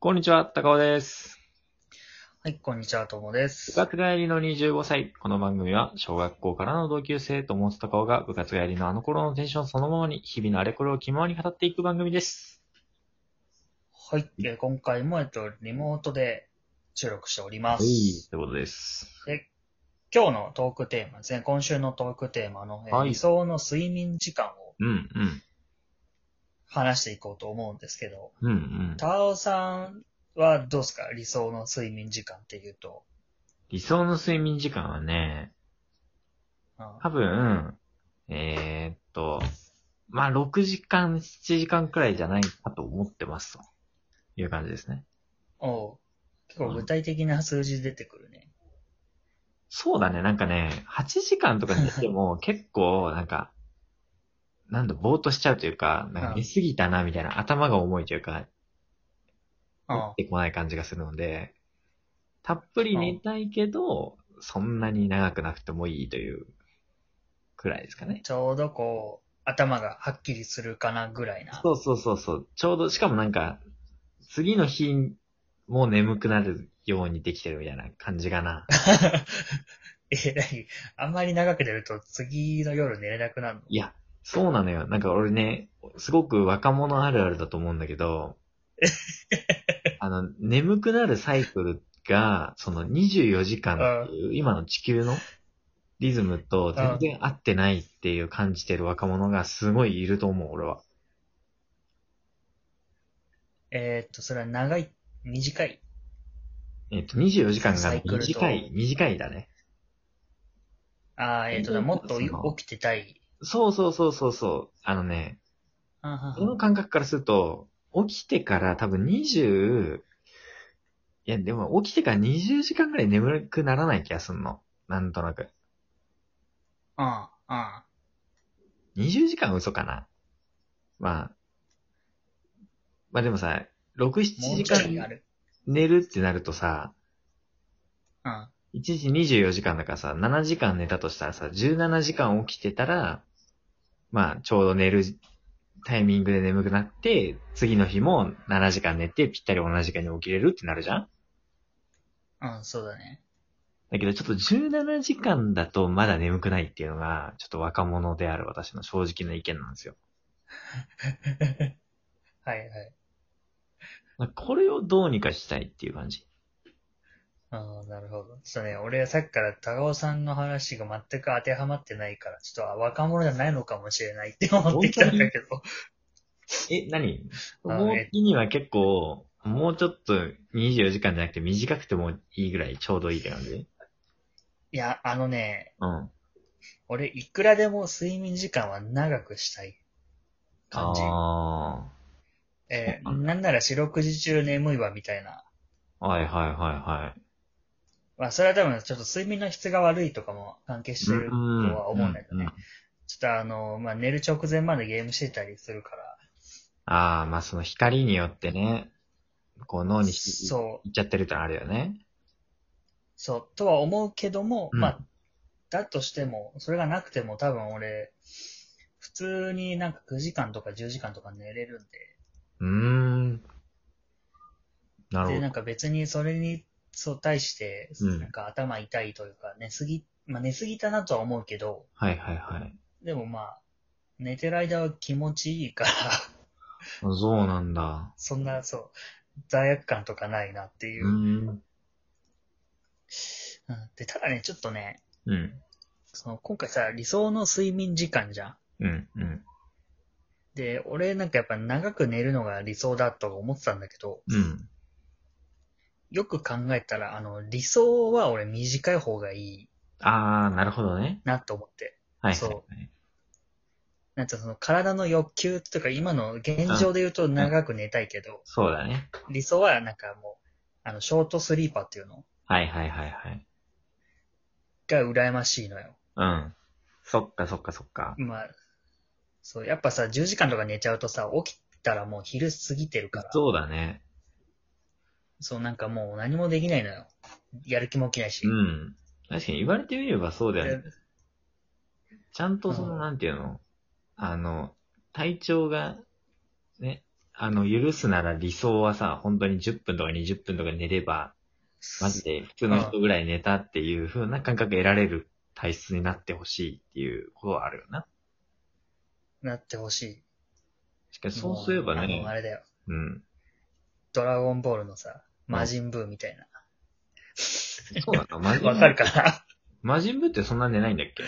こんにちは、高尾です。はい、こんにちは、ともです部。活帰りの25歳。この番組は、小学校からの同級生と思ってた顔が、部活帰りのあの頃のテンションそのままに、日々のあれこれを気ままに語っていく番組です。はい、えー今回も、えっと、リモートで収録しておりまはす。い。ってことです。今日のトークテーマですね、今週のトークテーマの、えーはい理想の睡眠時間をうん、話していこうと思うんですけど、うん、うん、うん。タオさんはどうですか理想の睡眠時間っていうと。理想の睡眠時間はね、あ多分、えー、っと、まあ、6時間、7時間くらいじゃないかと思ってます、という感じですね。おう結構具体的な数字出てくるね。そうだね、なんかね、8時間とかにしても結構、なんか、なんだ、ぼーっとしちゃうというか、なんかうん寝すぎたな、みたいな、頭が重いというか、う起んきてこない感じがするので、たっぷり寝たいけど、そんなに長くなくてもいいという、くらいですかね。ちょうどこう、頭がはっきりするかなぐらいな。 そうそうそうそう、ちょうど、しかもなんか、次の日も眠くなるようにできてるみたいな感じかな。えー、何あんまり長く出ると次の夜寝れなくなるのいや、そうなのよ。なんか俺ね、すごく若者あるあるだと思うんだけど、 あの、眠くなるサイクルが、その24時間っていう、今の地球のリズムと全然合ってないっていう感じてる若者がすごいいると思う、俺は。えーっと、それは長い、短い。えっと、24時間サがイクルと短い、短いだね。ああ、えーっと、だもっといその起きてたい。そうそうそうそうそう。あのね、あはこのは感覚からすると、起きてから多分20、いやでも起きてから20時間ぐらい眠くならない気がすんの。なんとなく。ああ、あ20時間は嘘かな。まあ。まあでもさ、6、あ、7もう時ちょいあ間る。寝るってなるとさ、うん。 1日24時間だからさ、7時間寝たとしたらさ、17時間起きてたら、まあちょうど寝るタイミングで眠くなって、次の日も7時間寝てぴったり同じ時間に起きれるってなるじゃんうん、そうだね。だけど、ちょっと17時間だとまだ眠くないっていうのが、ちょっと若者である私の正直な意見なんですよ。はいはい。これをどうにかしたいっていう感じ。ああ、なるほど。ちょっとね、俺はさっきから高尾さんの話が全く当てはまってないから、ちょっとあ若者じゃないのかもしれないって思ってきたんだけど。え、何あもうえには結構、もうちょっと24時間じゃなくて短くてもいいぐらいちょうどいいって感じいや、あのね、うん。俺いくらでも睡眠時間は長くしたい感じ。あえそうーなんなら四六時中眠いわみたいな。あ。はいはいはまあ、それは多分、ちょっと睡眠の質が悪いとかも関係していはい。るとは思うんだけどうねん。ちょっとあの、まあ、寝る直前までゲームしてたりするから、ああ、まあその光によってね、こう脳にいそう、っちゃってるってのあるよね。そう、とは思うけども、うんまあ、だとしても、それがなくても多分俺、普通になんか9時間とか10時間とか寝れるんうーん。なで、るで、ほなど。んか別にそれに、そう、対して、うんなんか頭痛いというか、寝すぎ、まあ寝すぎたなとは思うけど、はいはいはい。でもまあ、寝てる間は気持ちいいから、あそうなんだ。そんな、そう、罪悪感とかないなっていうう。ん。うんで、ただね、ちょっとね、うん。その、今回さ、理想の睡眠時間じゃん。うん。うん。で、俺なんかやっぱ長く寝るのが理想だと思ってたんだけど、うん。よく考えたら、あの、理想は俺短い方がいいあー、なるほどね。なと思って。はい。。そうなんていうのその体の欲求とか、今の現状で言うと長く寝たいけど、そうだね。理想はなんかもう、あの、ショートスリーパーっていうのはいはいはいはい。が羨ましいのよ。うん。そっかそっかそっか。まあ、そう、やっぱさ、10時間とか寝ちゃうとさ、起きたらもう昼過ぎてるから。そうだね。そう、なんかもう何もできないのよ。やる気も起きないし。うん。確かに言われてみればそうだよね。でちゃんとその、うんなんていうのあの、体調が、ね、あの、許すなら理想はさ、本当に10分とか20分とか寝れば、マジで普通の人ぐらい寝たっていう風な感覚得られる体質になってほしいっていうことはあるよな。なってほししかい。しそうすればもうあのあね、れだよ。 うん。ドラゴンボールのさ、魔人ブーみたいな。そうな の、マジわかるかな 魔人ブーってそんな寝ないんだっけ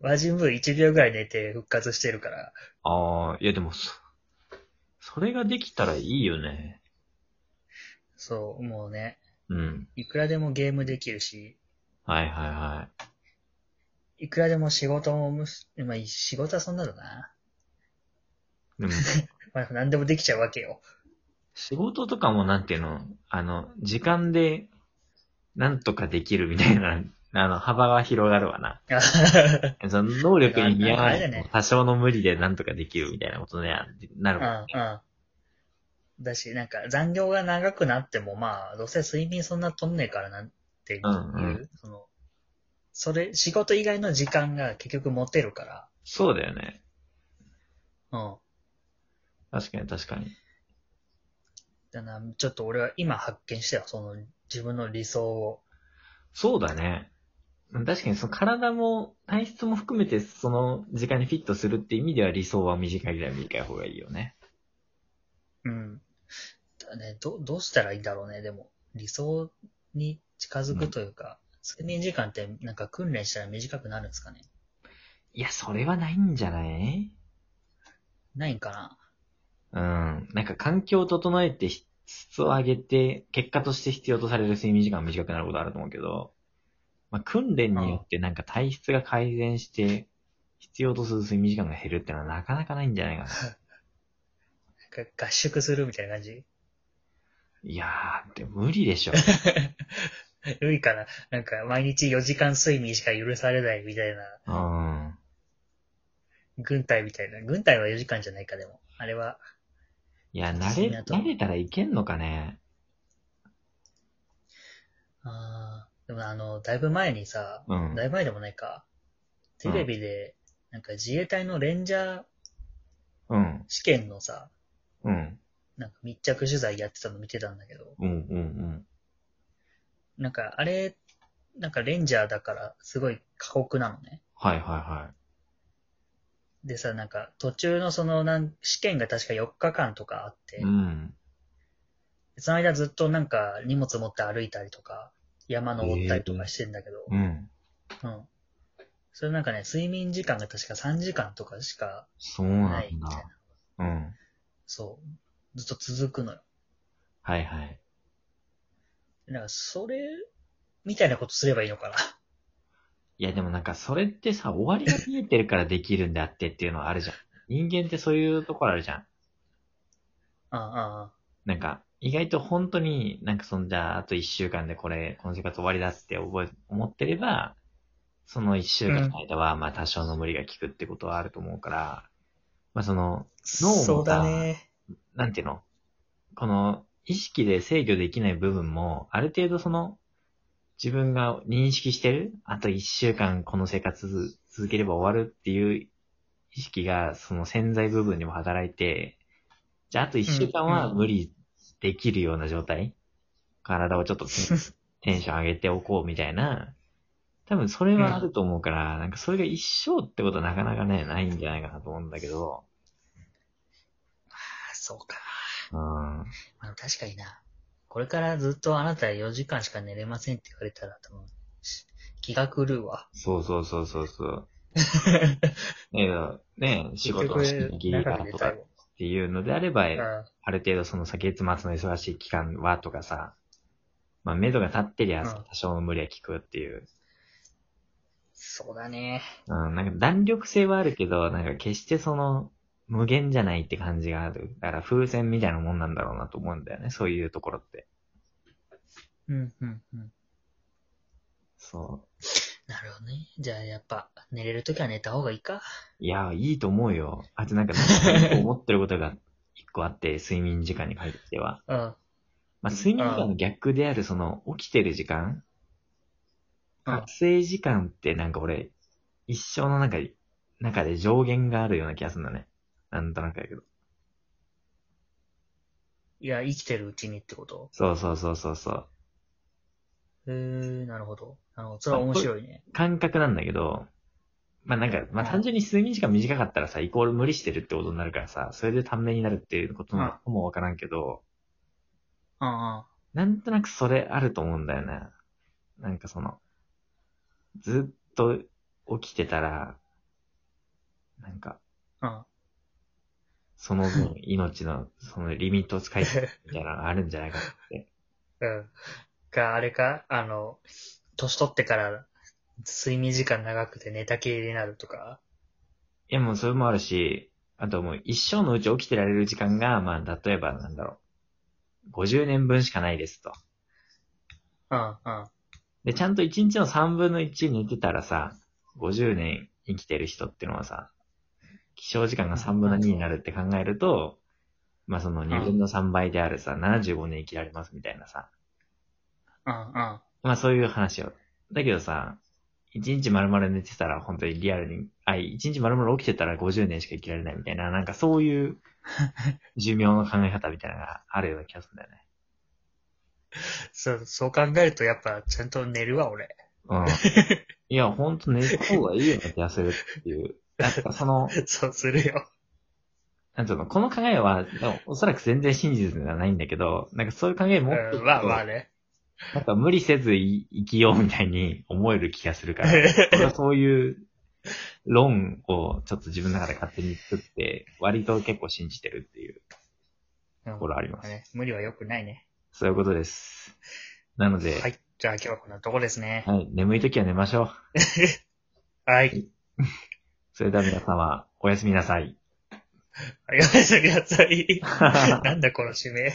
魔人ブー1秒ぐらい寝て復活してるから。ああ、いやでもそ、それができたらいいよね。そう、もうね、うん。いくらでもゲームできるし、はいはいはい。いくらでも仕事もむす、まあ、仕事はそんなだな。でも、 まあ、何でもできちゃうわけよ。 仕事とかもなんていうの、あの、時間で、なんとかできるみたいな、あの、幅が広がるわな。あははその能力に見合わなあれだいね多少の無理でなんとかできるみたいなことになるもんはうん、うん。だし、なんか残業が長くなっても、まあ、どうせ睡眠そんなとんねえからなんていう、うんうんその、それ、仕事以外の時間が結局持てるかそうだよね。ら、うん。確かに確かに。だな、ちょっと俺は今発見したよ、その、自分の理想を。そうだね。確かにその体も体質も含めてその時間にフィットするって意味では理想は短いぐらい短い方がいいよね。うん。だね、ど、どうしたらいいんだろうね、でも。理想に近づくというか、睡眠時間ってなんか訓練したら短くなるんですかねいや、それはないんじゃないないんかなうん。なんか環境を整えて質を上げて、結果として必要とされる睡眠時間が短くなることあると思うけど、まあ、訓練によってなんか体質が改善して、必要とする睡眠時間が減るってのはなかなかないんじゃないかな。なんか合宿するみたいな感じいやー、でも無理でしょ。無理かななんか毎日4時間睡眠しか許されないみたいな、うん。軍隊みたいな。軍隊は4時間じゃないか、でも。あれは、いや、慣れ、爪痕慣れたらいけんのかね。あーでもあの、だいぶ前にさ、うん。だいぶ前でもないか。テレビで、なんか自衛隊のレンジャーうん。試験のさ、うん。なんか密着取材やってたの見てたんだけど、うん。うん。なんかあれ、なんかレンジャーだからすごい過酷なのね。はいはいはでさ、なんか途中のそのなん試験が確か4日間とかあって、い。うん。その間ずっとなんか荷物持って歩いたりとか、山登ったりとかしてんだけど、うん。うん。それなんかね、睡眠時間が確か3時間とかしかそうなないんみたいなだ。。うん。そう。ずっと続くのよ。はいはい。なんかそれ、みたいなことすればいいのかな。いや、でもなんかそれってさ、終わりが見えてるからできるんであってっていうのはあるじゃ ん。人間ってそういうところあるじゃん。あなんか、意外と本当になんかそんじゃあ、あと一週間でこれ、この生活終わりだって覚え、思ってれば、その一週間の間は、まあ多少の無理が効くってことはあると思うから、まあその、ああ、脳もさそうだね。 なんていうのこの意識で制御できない部分も、ある程度その、自分が認識してるあと一週間この生活続ければ終わるっていう意識が、その潜在部分にも働いて、じゃああと一週間うんはうん無理できるような状態、体をちょっとテンテンション上げておこうみたいな、多分それはあると思うから、なんかそれが一生ってことはなかなかね、ないんじゃないかなと思うんだけど、ああそうか。うん。まあ、確かにな。これからずっとあなた4時間しか寝れませんって言われたら、多分、し気が狂うわ。そうそうそうそうそう。ねえ、ね え仕事をし 結て局ギリか長らく寝とたかいっもん。ていうのであれば、うんある程度そのさ、月末の忙しい期間はとかさ、まあ、目処が立ってりゃうんさ、多少の無理は効くっていう。そうだね。うん、なんか弾力性はあるけど、なんか決してその、無限じゃないって感じがある。だから風船みたいなもんなんだろうなと思うんだよね、そういうところって。うん、うん、うん。そなるほどね。じゃあ、やっぱ、寝れるときは寝た方がいいか。う。いや、いいと思うよ。あとなんか、思ってることが一個あって、睡眠時間に関しては。うん。まあ、睡眠時間の逆である、その、起きてる時間、うん覚醒時間ってなんか俺、一生の中で、中で上限があるような気がするんだね。なんとなくだけど。いや、生きてるうちにってことそうそうそうそうそう。へえー、なるほど。なるほど。それは面白いね。感覚なんだけど、まあなんか、まあ単純に睡眠時間短かったらさ、イコール無理してるってことになるからさ、それで短命になるっていうことなのかもわからんけど、あなんとなくそれあると思うんだよね。なんかその、ずっと起きてたら、なんか、あ、あその分命の、そのリミットを使い切るみたいなのがあるんじゃないかなって。あ、うん。か、あれか、あの、年取ってから、睡眠時間長くて寝たきりになるとか。いやもうそれもあるし、あともう一生のうち起きてられる時間が、まあ例えばなんだろう、50年分しかないですと。うん、うん。で、ちゃんと1日の3分の1寝てたらさ、50年生きてる人ってのはさ、起床時間が3分の2になるって考えると、まあその2分の3倍であるさ、75年生きられますみたいなさ、うん、うん。まあそういう話を。だけどさ、1日丸々寝てたら本当にリアルに、あ、1日丸々起きてたら50年しか生きられないみたいな、なんかそういう寿命の考え方みたいなのがあるような気がするんだよね。そう、そう考えるとやっぱちゃんと寝るわ、俺。 うん。いや、ほんと寝た方がいいような気がするっていう。なんかその、そうするよ。なんつうの、この考えは、でもおそらく全然真実ではないんだけど、なんかそういう考えう持ってるん、とまあまあね。なんか無理せずい生きようみたいに思える気がするから、俺はそういう論をちょっと自分の中で勝手に作って、割と結構信じてるっていううんところあります。ね無理は良くないね。そういうことです。なので、はい。じゃあ今日はこんなとこですね。はい、眠い時は寝ましょう。はい。それでは皆様、 おやすみなさい。ありがとうございます。なんだこの指名。